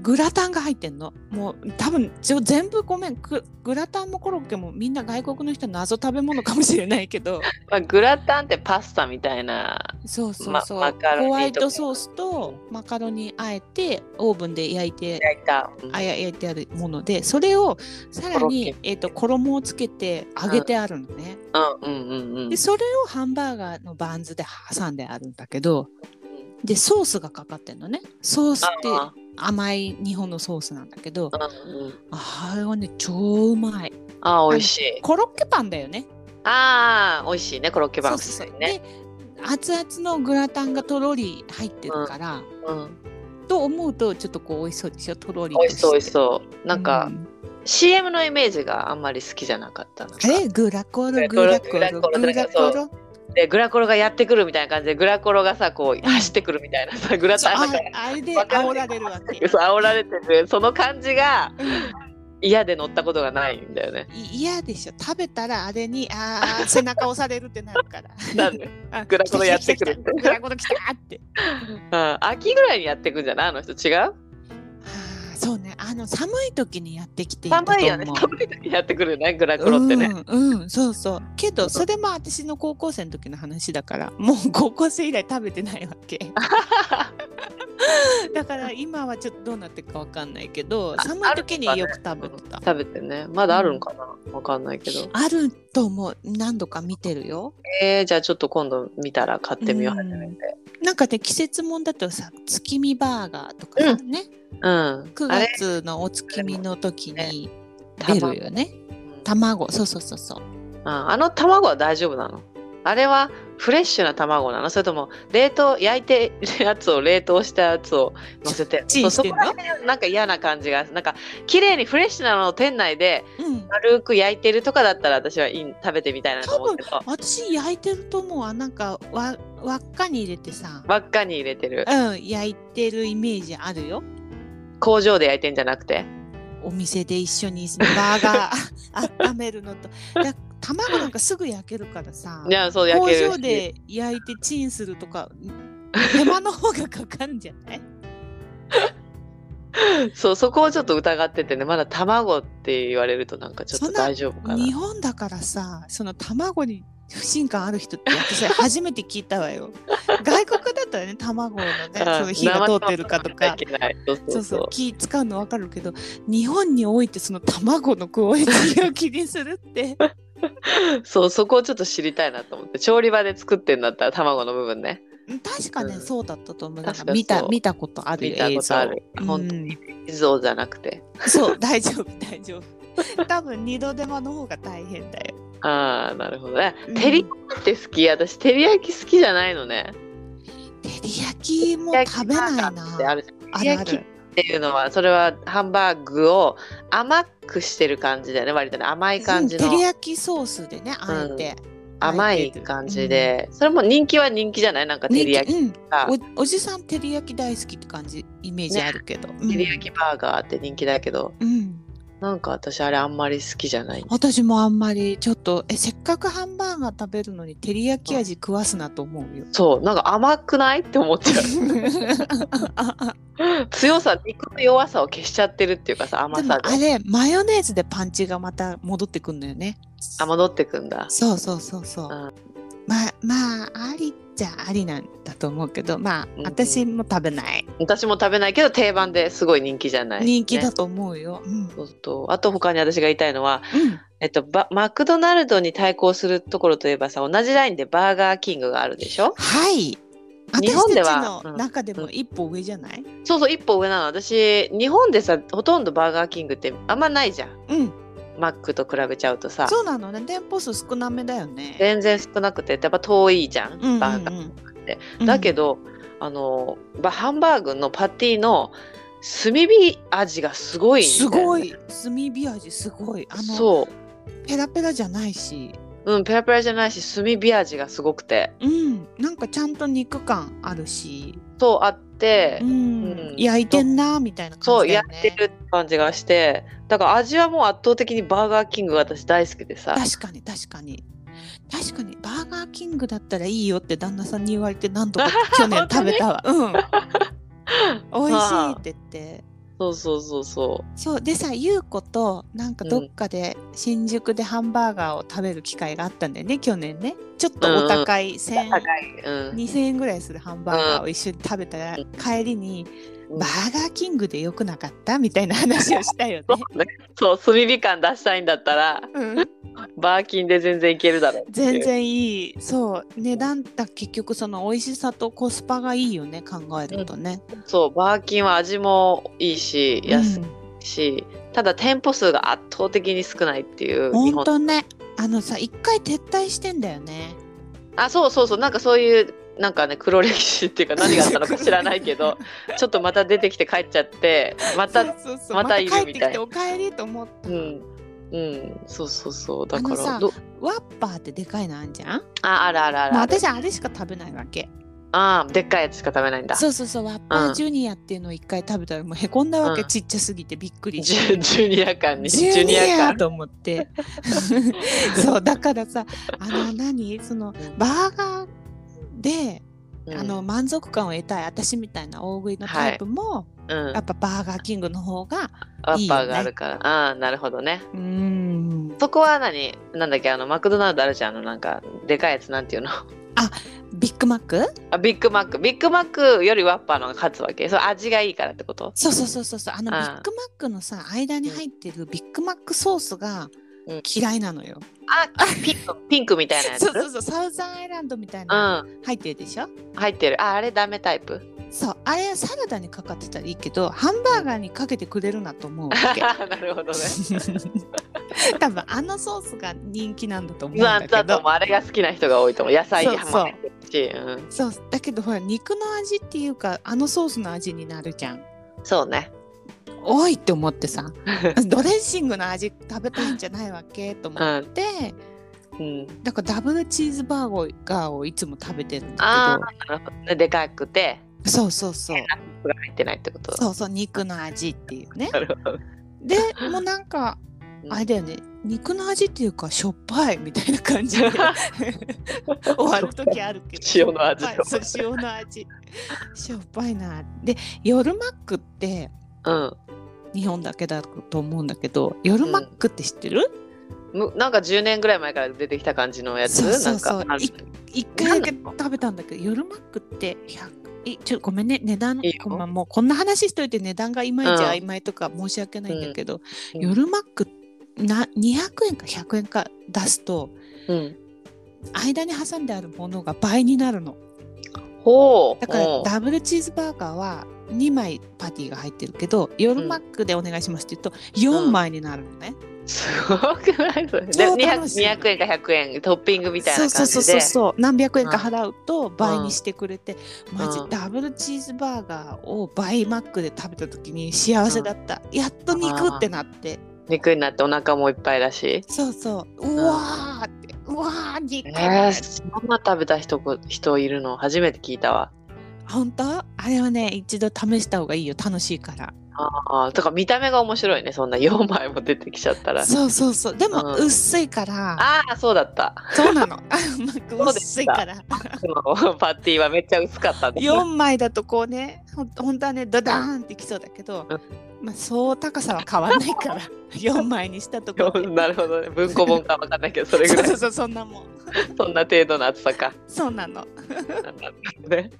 [SPEAKER 1] グラタンが入ってんのもう多分ちょ全部ごめんググラタンもコロッケもみんな外国の人謎食べ物かもしれないけど
[SPEAKER 2] まあ、グラタンってパスタみたいな
[SPEAKER 1] そうそう
[SPEAKER 2] ま
[SPEAKER 1] そう、
[SPEAKER 2] マカロニとか
[SPEAKER 1] ホワイトソースとマカロニあえてオーブンで焼いて
[SPEAKER 2] 焼いた、うん
[SPEAKER 1] あや焼いてあるものでそれをさら
[SPEAKER 2] コロッ
[SPEAKER 1] に
[SPEAKER 2] ケ、
[SPEAKER 1] えー、と衣をつけて揚げてあるのね、
[SPEAKER 2] うんうんうんうん
[SPEAKER 1] でそれをハンバーガーのバンズで挟んであるんだけどでソースがかかってんのねソースって
[SPEAKER 2] あ
[SPEAKER 1] 甘い日本のソースなんだけど
[SPEAKER 2] あうんうん
[SPEAKER 1] あれはね超うまい
[SPEAKER 2] あー美味しい
[SPEAKER 1] コロッケパンだよね
[SPEAKER 2] ああ美味しいねコロッケパン
[SPEAKER 1] そうそうそう
[SPEAKER 2] ね
[SPEAKER 1] で熱々のグラタンがとろり入ってるから、
[SPEAKER 2] うん
[SPEAKER 1] と思うとちょっとこう美味しそうでしょとろりと
[SPEAKER 2] 美味しそう美味し
[SPEAKER 1] う
[SPEAKER 2] そうなんか、CM のイメージがあんまり好きじゃなかったなんか
[SPEAKER 1] あれグラコログ
[SPEAKER 2] グ
[SPEAKER 1] ラ
[SPEAKER 2] ラ
[SPEAKER 1] コ
[SPEAKER 2] コ
[SPEAKER 1] ログ
[SPEAKER 2] ロ
[SPEAKER 1] ラコロ
[SPEAKER 2] グラコロでグラコロがやってくるみたいな感じでグラコロがさこう走ってくるみたいなさグラ
[SPEAKER 1] そう
[SPEAKER 2] タン
[SPEAKER 1] あ
[SPEAKER 2] なんか
[SPEAKER 1] あれで
[SPEAKER 2] わかん
[SPEAKER 1] 煽られるわけ。
[SPEAKER 2] そう煽られてるその感じが
[SPEAKER 1] うん
[SPEAKER 2] 嫌で乗ったことがないんだよね
[SPEAKER 1] い嫌でしょ食べたらあれに あー背中押されるってなるから
[SPEAKER 2] なんで
[SPEAKER 1] あ
[SPEAKER 2] グラコロやってくる
[SPEAKER 1] 来た来た来た グラコロ来たって
[SPEAKER 2] うん秋ぐらいにやってくんじゃないあの人違う
[SPEAKER 1] あーそうねあの寒い時にやってきていたと思う
[SPEAKER 2] 寒いよね寒い時にやってくるよねグラコロってね、
[SPEAKER 1] うん、うん、そうそうけどそれも私の高校生の時の話だからもう高校生以来食べてないわ けだから今はちょっとどうなってるかわかんないけど
[SPEAKER 2] あ
[SPEAKER 1] 寒い時によく食べてた
[SPEAKER 2] 食べてねまだあるのかなわかんないけど
[SPEAKER 1] あると思う何度か見てるよ
[SPEAKER 2] えー、じゃあちょっと今度見たら買ってみよう
[SPEAKER 1] う
[SPEAKER 2] 初
[SPEAKER 1] ん
[SPEAKER 2] めて
[SPEAKER 1] なんかね季節もんだとさ月見バーガーとかさね、
[SPEAKER 2] うん
[SPEAKER 1] 9
[SPEAKER 2] あれ
[SPEAKER 1] 月のお月見の時に出
[SPEAKER 2] 卵
[SPEAKER 1] るよね卵そうそうそうそう
[SPEAKER 2] うんあの卵は大丈夫なのあれはフレッシュな卵なのそれとも冷凍焼いてるやつを冷凍したやつを乗せて
[SPEAKER 1] チンしてんの
[SPEAKER 2] そうそこら辺なんか嫌な感じがなんか綺麗にフレッシュなのを店内で
[SPEAKER 1] うん、
[SPEAKER 2] 軽く焼いてるとかだったら私はいい食べてみたいなと思うけど
[SPEAKER 1] 私焼いてると思うわなんかわ輪っかに入れてさ、
[SPEAKER 2] 輪っかに入れてる
[SPEAKER 1] うん、焼いてるイメージあるよ
[SPEAKER 2] 工場で焼いてんじゃなくて
[SPEAKER 1] お店で一緒にバーガ ー温めるのとだ卵なんかすぐ焼けるからさ
[SPEAKER 2] いやそう焼
[SPEAKER 1] 工
[SPEAKER 2] ける
[SPEAKER 1] 場で焼いてチンするとか手間の方がかかんじゃない
[SPEAKER 2] そうそこをちょっと疑っててねまだ卵って言われるとなんかちょっ
[SPEAKER 1] そ
[SPEAKER 2] と
[SPEAKER 1] んな
[SPEAKER 2] 大丈夫かな
[SPEAKER 1] 日本だからさその卵に不信感ある人って私初めて聞いたわよ 外国だったらね卵のね
[SPEAKER 2] うん
[SPEAKER 1] その火が通ってるかと
[SPEAKER 2] 生
[SPEAKER 1] か
[SPEAKER 2] 卵とかいけないそうそうそ
[SPEAKER 1] そううそう気使うの分かるけど日本においてその卵のクオリティを気にするって
[SPEAKER 2] そうそこをちょっと知りたいなと思って調理場で作ってんだったら卵の部分ね
[SPEAKER 1] 確かね、
[SPEAKER 2] うん
[SPEAKER 1] そうだったと思うなんか
[SPEAKER 2] 確か
[SPEAKER 1] 見た
[SPEAKER 2] そう
[SPEAKER 1] 見たことある
[SPEAKER 2] 見たことある
[SPEAKER 1] 映像
[SPEAKER 2] 本当に地蔵じゃなくて
[SPEAKER 1] うんそう大丈夫大丈夫多分二度手間の方が大変だよ
[SPEAKER 2] ああなるほどね
[SPEAKER 1] うん
[SPEAKER 2] 照り焼きって好き私照り焼き好きじゃないのね
[SPEAKER 1] 照り焼きも食べないな
[SPEAKER 2] 照り焼きバーガーってあるじゃん
[SPEAKER 1] あ
[SPEAKER 2] り
[SPEAKER 1] るあ
[SPEAKER 2] 焼き
[SPEAKER 1] る
[SPEAKER 2] っていうのはそれはハンバーグを甘くしてる感じだよね割とね甘い感じ
[SPEAKER 1] うん照り
[SPEAKER 2] の
[SPEAKER 1] 焼きソースでねあえて、
[SPEAKER 2] 甘い感じでそれも人気は人気じゃないなんか照り焼き
[SPEAKER 1] 人気
[SPEAKER 2] とか
[SPEAKER 1] うん、おおじさん照り焼き大好きって感じイメージあるけど、うん
[SPEAKER 2] 照り焼きバーガーって人気だけど
[SPEAKER 1] うん
[SPEAKER 2] なんか私あれあんまり好きじゃない
[SPEAKER 1] 私もあんまりちょっとえせっかくハンバーガー食べるのに照り焼き味食わすなと思 うよ。
[SPEAKER 2] そうなんか甘くないって思 っちゃう強さ肉の弱さを消しちゃってるっていうかさ甘
[SPEAKER 1] でも
[SPEAKER 2] さ
[SPEAKER 1] あれ
[SPEAKER 2] で
[SPEAKER 1] マヨネーズでパンチがまた戻ってくんのよね。
[SPEAKER 2] あ戻ってくんだ
[SPEAKER 1] そうそうそうそう。
[SPEAKER 2] うん
[SPEAKER 1] まあまあありっちゃありなんだと思うけどまあ
[SPEAKER 2] うん
[SPEAKER 1] 私も食べない、
[SPEAKER 2] 私も食べないけど定番ですごい人気じゃない、
[SPEAKER 1] 人気だ
[SPEAKER 2] ね
[SPEAKER 1] と思うよ。うん
[SPEAKER 2] そうとあと他に私が言いたいのは、
[SPEAKER 1] うん
[SPEAKER 2] えっと、ばマクドナルドに対抗するところといえばさ同じラインでバーガーキングがあるでしょ
[SPEAKER 1] はい。
[SPEAKER 2] 日本
[SPEAKER 1] 私
[SPEAKER 2] で
[SPEAKER 1] たち
[SPEAKER 2] は
[SPEAKER 1] の中でも一歩上じゃない、
[SPEAKER 2] そうそう一歩上なの私日本でさほとんどバーガーキングってあんまないじゃん
[SPEAKER 1] うん、
[SPEAKER 2] マックと比べちゃうとさ
[SPEAKER 1] そうなのね店舗数少なめだよね。
[SPEAKER 2] 全然少なくてやっぱ遠いじゃん、
[SPEAKER 1] うんうんうん
[SPEAKER 2] バーガーだけど、あのばハンバーグのパティの炭火味がすごいんだ
[SPEAKER 1] す
[SPEAKER 2] よね
[SPEAKER 1] ごい炭火味すごいあの
[SPEAKER 2] そ
[SPEAKER 1] ペラペラじゃないし
[SPEAKER 2] ううんペラペラじゃないし炭火味がすごくて
[SPEAKER 1] うんなんかちゃんと肉感あるし、
[SPEAKER 2] そうあって、
[SPEAKER 1] うん
[SPEAKER 2] うん
[SPEAKER 1] 焼いてんなみたいな
[SPEAKER 2] そ
[SPEAKER 1] 感
[SPEAKER 2] う
[SPEAKER 1] じだ
[SPEAKER 2] や
[SPEAKER 1] よね
[SPEAKER 2] ってるって感じがしてだから味はもう圧倒的にバーガーキングが私大好きでさ
[SPEAKER 1] 確かに確かに確かにバーガーキングだったらいいよって旦那さんに言われて何度か去年食べた わうん美味しいって言って
[SPEAKER 2] そうそうそうそ
[SPEAKER 1] そうでさ優子となんかどっかで新宿でハンバーガーを食べる機会があったんだよね去年ねちょっとお高い1000、
[SPEAKER 2] 高いう、うん、
[SPEAKER 1] 2000円ぐらいするハンバーガーを一緒に食べたら、
[SPEAKER 2] う
[SPEAKER 1] 帰りに
[SPEAKER 2] うん
[SPEAKER 1] バーガーキングでよくなかったみたいな話をした よね。
[SPEAKER 2] そう炭火感出したいんだったら
[SPEAKER 1] うん、
[SPEAKER 2] バーキンで全然いけるだろうっていう
[SPEAKER 1] 全然いいそう値段だ結局その美味しさとコスパがいいよね考えるとね。
[SPEAKER 2] そうバーキンは味もいいし
[SPEAKER 1] う
[SPEAKER 2] 安い
[SPEAKER 1] ん
[SPEAKER 2] し、ただ店舗数が圧倒的に少ないっていう日
[SPEAKER 1] 本
[SPEAKER 2] 本
[SPEAKER 1] 当ねあのさ一回撤退してんだよね。
[SPEAKER 2] あそうそうそうなんかそういうなんかね黒歴史っていうか何があったのか知らないけ どちょっとまた出てきて帰っちゃってまたう
[SPEAKER 1] そうそうそう
[SPEAKER 2] またいる
[SPEAKER 1] また帰っ
[SPEAKER 2] み
[SPEAKER 1] て
[SPEAKER 2] た
[SPEAKER 1] き
[SPEAKER 2] い
[SPEAKER 1] て
[SPEAKER 2] な
[SPEAKER 1] お帰りと思った。
[SPEAKER 2] んうんそうそうそうだか
[SPEAKER 1] あのさ
[SPEAKER 2] らど
[SPEAKER 1] ワッパーってでかいのあんじゃん、
[SPEAKER 2] ああるあるある
[SPEAKER 1] まあ、
[SPEAKER 2] ある
[SPEAKER 1] 私あれしか食べないわけ。
[SPEAKER 2] あーでっかいやつしか食べないんだ
[SPEAKER 1] そうそうそうワッパ
[SPEAKER 2] うん
[SPEAKER 1] ージュニアっていうのを一回食べたらもうへこんだわけ、
[SPEAKER 2] うん
[SPEAKER 1] ちっちゃすぎてびっくり
[SPEAKER 2] ジ
[SPEAKER 1] して
[SPEAKER 2] ュジュニア感に
[SPEAKER 1] ジュニ
[SPEAKER 2] ジ
[SPEAKER 1] ア
[SPEAKER 2] 感
[SPEAKER 1] と思って そうだからさあの何そのバーガーで、
[SPEAKER 2] うん
[SPEAKER 1] あの満足感を得たい私みたいな大食いのタイプも、
[SPEAKER 2] うん
[SPEAKER 1] やっぱバーガーキングの方が
[SPEAKER 2] ワ
[SPEAKER 1] いいよ
[SPEAKER 2] ッ
[SPEAKER 1] ね
[SPEAKER 2] パーがあるからああーなるほどね
[SPEAKER 1] うーん
[SPEAKER 2] そこは何なんだっけあのマクドナルドあるじゃんあのなんかでかいやつなんていうの
[SPEAKER 1] ビッグマック
[SPEAKER 2] あビッグマックビッグマックよりワッパーの方が勝つわけそれ味がいいからってこと、
[SPEAKER 1] そうそうそうそうそうあのビ
[SPEAKER 2] あー
[SPEAKER 1] ッグマックのさ間に入ってるビッグマックソースが
[SPEAKER 2] うん
[SPEAKER 1] 嫌いなのよ、
[SPEAKER 2] あピン クピンクみたいなやつ
[SPEAKER 1] そうそうそうサウザンアイランドみたいな
[SPEAKER 2] う
[SPEAKER 1] の入ってるでしょ、
[SPEAKER 2] ん入ってるああれダメタイプ
[SPEAKER 1] そうあれサラダにかか ってたらいいけどハンバーガーにかけてくれるなと思うわけ
[SPEAKER 2] なるほどね
[SPEAKER 1] 多分あのソースが人気なんだと思うん
[SPEAKER 2] まあ
[SPEAKER 1] だけ
[SPEAKER 2] だと思
[SPEAKER 1] ど
[SPEAKER 2] うあれが好きな人が多いと思う野菜にハマってるしうん
[SPEAKER 1] そうだけどほら肉の味っていうかあのソースの味になるじゃん
[SPEAKER 2] そうね
[SPEAKER 1] おいって思って さドレッシングの味食べたいんじゃないわけと思
[SPEAKER 2] う
[SPEAKER 1] っ
[SPEAKER 2] ん、
[SPEAKER 1] て
[SPEAKER 2] うん、
[SPEAKER 1] だからダブルチーズバーガーをいつも食べてるん
[SPEAKER 2] あ
[SPEAKER 1] だ
[SPEAKER 2] あなるほどねでかくて
[SPEAKER 1] けどそうそうそう
[SPEAKER 2] 肉が入ってないってこと
[SPEAKER 1] そうそう肉の味っていう ね
[SPEAKER 2] なるほど
[SPEAKER 1] でもうなんか
[SPEAKER 2] うん
[SPEAKER 1] あれだよね肉の味っていうかしょっぱいみたいな感じ で終わる時あるけど
[SPEAKER 2] 塩の味
[SPEAKER 1] はいそう塩の味しょっぱいなで夜マックって
[SPEAKER 2] うん
[SPEAKER 1] 日本だけだと思うんだけど夜マックって知ってる、
[SPEAKER 2] むなんか10年ぐらい前から出てきた感じのやつ
[SPEAKER 1] そうそうそう
[SPEAKER 2] なんかある
[SPEAKER 1] い一回だけ食べたんだけど夜マックって100いちょごめんね値段
[SPEAKER 2] いいよ
[SPEAKER 1] ごめんもうこんな話しといて値段がいまいち
[SPEAKER 2] うん
[SPEAKER 1] 曖昧とか申し訳ないんだけど、
[SPEAKER 2] うん
[SPEAKER 1] 夜マックな200円か100円か出すと
[SPEAKER 2] うん、
[SPEAKER 1] 間に挟んであるものが倍になるの
[SPEAKER 2] ほう
[SPEAKER 1] だから
[SPEAKER 2] ほう
[SPEAKER 1] ダブルチーズバーガーは2枚パティが入ってるけど夜マックでお願いしますって言うと4枚になるのね、
[SPEAKER 2] すごくないそれで
[SPEAKER 1] 超
[SPEAKER 2] 200,
[SPEAKER 1] 楽しい
[SPEAKER 2] 200円か100円トッピングみたいな感じで
[SPEAKER 1] そうそうそうそう何百円か払うと倍
[SPEAKER 2] うん
[SPEAKER 1] にしてくれて、マジ
[SPEAKER 2] うん
[SPEAKER 1] ダブルチーズバーガーを倍マックで食べた時に幸せだった、やっと肉ってなって
[SPEAKER 2] 肉になってお腹もいっぱいだし
[SPEAKER 1] そうそううわーってうわー肉、
[SPEAKER 2] えー、そんな食べた人こ人いるの初めて聞いたわ
[SPEAKER 1] 本当あれはね一度試した方がいいよ楽しいから
[SPEAKER 2] ああとか見た目が面白いねそんな4枚も出てきちゃったら
[SPEAKER 1] そうそうそうでも、
[SPEAKER 2] うん
[SPEAKER 1] 薄いから
[SPEAKER 2] ああそうだった
[SPEAKER 1] そうなの マック
[SPEAKER 2] そうで
[SPEAKER 1] 薄
[SPEAKER 2] し
[SPEAKER 1] い
[SPEAKER 2] た
[SPEAKER 1] から
[SPEAKER 2] その パティはめっちゃ薄かったんだ
[SPEAKER 1] 4枚だとこうねほん本当はねドダーンってきそうだけど
[SPEAKER 2] う、
[SPEAKER 1] まあ、そう高さは変わらない から4枚にしたところで
[SPEAKER 2] なるほどね文庫本かわかんないけどそれぐ
[SPEAKER 1] そう
[SPEAKER 2] らい
[SPEAKER 1] そうそうそんなもん
[SPEAKER 2] そんな程度の厚さか
[SPEAKER 1] そうなの
[SPEAKER 2] なんだね。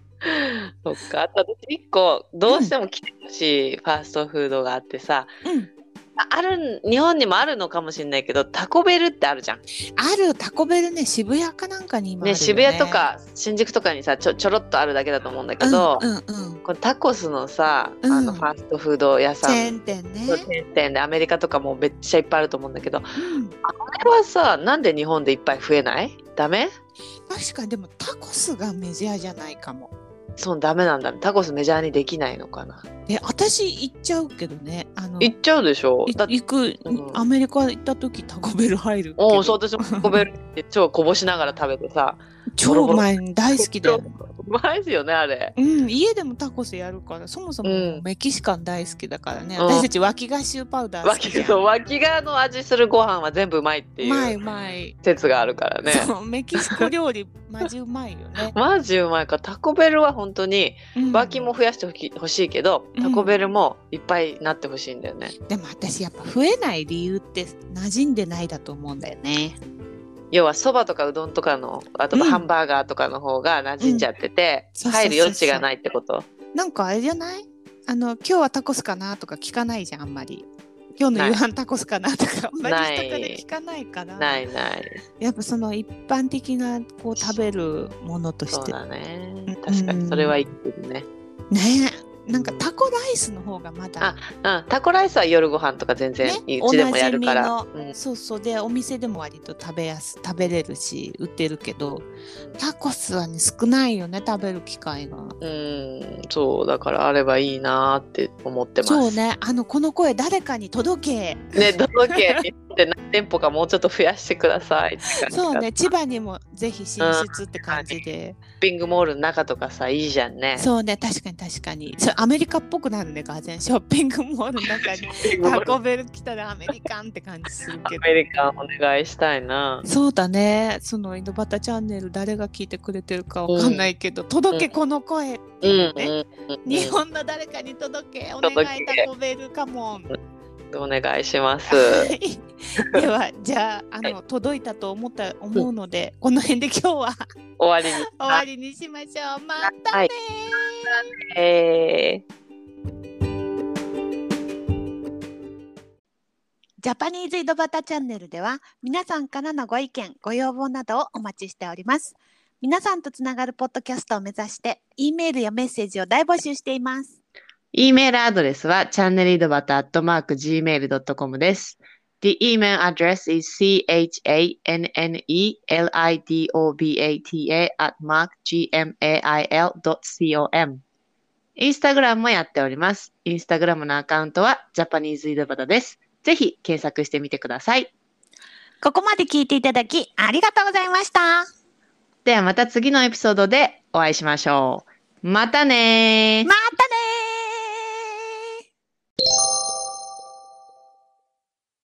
[SPEAKER 2] そっか。あと私一個どうしても来てほしいファーストフードがあってさ、
[SPEAKER 1] うん
[SPEAKER 2] あある日本にもあるのかもしれないけどタコベルってあるじゃん。ね
[SPEAKER 1] あるタコベルね渋谷かなんかに今あるよね
[SPEAKER 2] 渋谷とか新宿とかにさちょちょろっとあるだけだと思うんだけど、
[SPEAKER 1] うんうんうん
[SPEAKER 2] このタコスのさ、あ
[SPEAKER 1] う
[SPEAKER 2] の
[SPEAKER 1] ん
[SPEAKER 2] ファーストフード屋
[SPEAKER 1] チ
[SPEAKER 2] さ
[SPEAKER 1] ェー
[SPEAKER 2] ん
[SPEAKER 1] ン店ね、
[SPEAKER 2] のチェーン店でアメリカとかもめっちゃいっぱいあると思うんだけど、
[SPEAKER 1] うん、
[SPEAKER 2] あれはさなんで日本でいっぱい増えない？ダメ？
[SPEAKER 1] 確かにでもタコスがメジャーじゃないかも
[SPEAKER 2] そうダメなんだ。タコスメジャーにできないのかな。
[SPEAKER 1] え私行っちゃうけどねあの
[SPEAKER 2] 行っちゃうでしょ。
[SPEAKER 1] い
[SPEAKER 2] だって
[SPEAKER 1] 行く、
[SPEAKER 2] うん
[SPEAKER 1] アメリカ行った時タコベル入るけ
[SPEAKER 2] お
[SPEAKER 1] ど
[SPEAKER 2] お、そう、私もタコベルって超こぼしながら食べてさ。
[SPEAKER 1] 超前に大好きだよ
[SPEAKER 2] うまいですよね、あれ。
[SPEAKER 1] うん、家でもタコスやるからそもそも
[SPEAKER 2] うん
[SPEAKER 1] メキシカン大好きだからね、
[SPEAKER 2] うん
[SPEAKER 1] 私たち脇がシューパウダー好
[SPEAKER 2] 脇
[SPEAKER 1] きじゃん
[SPEAKER 2] そう脇側の味するご飯は全部うまいって
[SPEAKER 1] う
[SPEAKER 2] い
[SPEAKER 1] まいうまい、
[SPEAKER 2] 説があるからね。
[SPEAKER 1] そうメキシコ料理マジうまいよ ね、
[SPEAKER 2] マジうまいからタコベルは本当に
[SPEAKER 1] うん
[SPEAKER 2] 脇も増やしてほきほしいけど、
[SPEAKER 1] うん
[SPEAKER 2] タコベルもいっぱいなってほしいんだよね。
[SPEAKER 1] でも私やっぱ増えない理由って馴染んでないだと思うんだよね
[SPEAKER 2] 要はそばとかうどんとかのあ
[SPEAKER 1] う
[SPEAKER 2] と
[SPEAKER 1] ん
[SPEAKER 2] ハンバーガーとかの方が馴染んじゃってて、
[SPEAKER 1] そうそうそうそう
[SPEAKER 2] 入る余地がないってこと
[SPEAKER 1] なんかあれじゃないあの今日はタコスかなとか聞かないじゃんあんまり今日の夕飯タコスかなとかあんまり
[SPEAKER 2] ない
[SPEAKER 1] 人から聞かないから
[SPEAKER 2] ないない
[SPEAKER 1] やっぱその一般的なこう食べるものと
[SPEAKER 2] そ
[SPEAKER 1] し
[SPEAKER 2] う
[SPEAKER 1] て
[SPEAKER 2] だね
[SPEAKER 1] うん
[SPEAKER 2] 確かにそれは言ってるね、
[SPEAKER 1] ねなんかタコライスの方がまだ
[SPEAKER 2] うん、タコライスは夜ご飯とか全然、
[SPEAKER 1] ね
[SPEAKER 2] うちでもやるから、
[SPEAKER 1] おなじ
[SPEAKER 2] うん
[SPEAKER 1] そうそうでお店でも割と食べやす食べれるし売ってるけどタコスはね少ないよね食べる機会が
[SPEAKER 2] うん、そうだからあればいいなーって思ってます。
[SPEAKER 1] そうねあのこの声誰かに届け
[SPEAKER 2] ね、どの県に行って何店舗かもうちょっと増やしてくださいって感じ
[SPEAKER 1] そう
[SPEAKER 2] ト
[SPEAKER 1] ね千葉にもぜひ進出って感じで、
[SPEAKER 2] ッピングモールの中とかさいいじゃんね。
[SPEAKER 1] そうね確かに確かにそうアメリカっぽくなるねガーゼンショッピングモールの中に
[SPEAKER 2] ショッピングモー
[SPEAKER 1] タ
[SPEAKER 2] ル
[SPEAKER 1] コベル来たらアメリカンって感じする
[SPEAKER 2] ア
[SPEAKER 1] けど
[SPEAKER 2] メリカンお願いしたいな。
[SPEAKER 1] そうだねその井戸端チャンネル誰が聞いてくれてるかわかんないけど、届けこの声って
[SPEAKER 2] うん
[SPEAKER 1] いうね、
[SPEAKER 2] うんうん、
[SPEAKER 1] 日本の誰かに届けお願
[SPEAKER 2] 届け
[SPEAKER 1] いタコベルカ モン。
[SPEAKER 2] お願いします。
[SPEAKER 1] ではじゃああの、届いたと思った思うので、この辺で今日は
[SPEAKER 2] 終わりに。
[SPEAKER 1] 終わりにしましょう。またねー。
[SPEAKER 2] はいえー
[SPEAKER 3] ジャパニーズ井戸端チャンネルでは皆さんからのご意見ご要望などをお待ちしております皆さんとつながるポッドキャストを目指して E メールやメッセージを大募集しています
[SPEAKER 2] E メールアドレスはチャンネル井戸端アットマーク Gmail.com です。 The email address is chanelidobata at markgmail.com。インスタグラムもやっております。インスタグラムのアカウントはジャパニーズ井戸端です。ぜひ検索してみてください。
[SPEAKER 3] ここまで聞いていただきありがとうございました。
[SPEAKER 2] ではまた次のエピソードでお会いしましょう。またねー
[SPEAKER 3] またね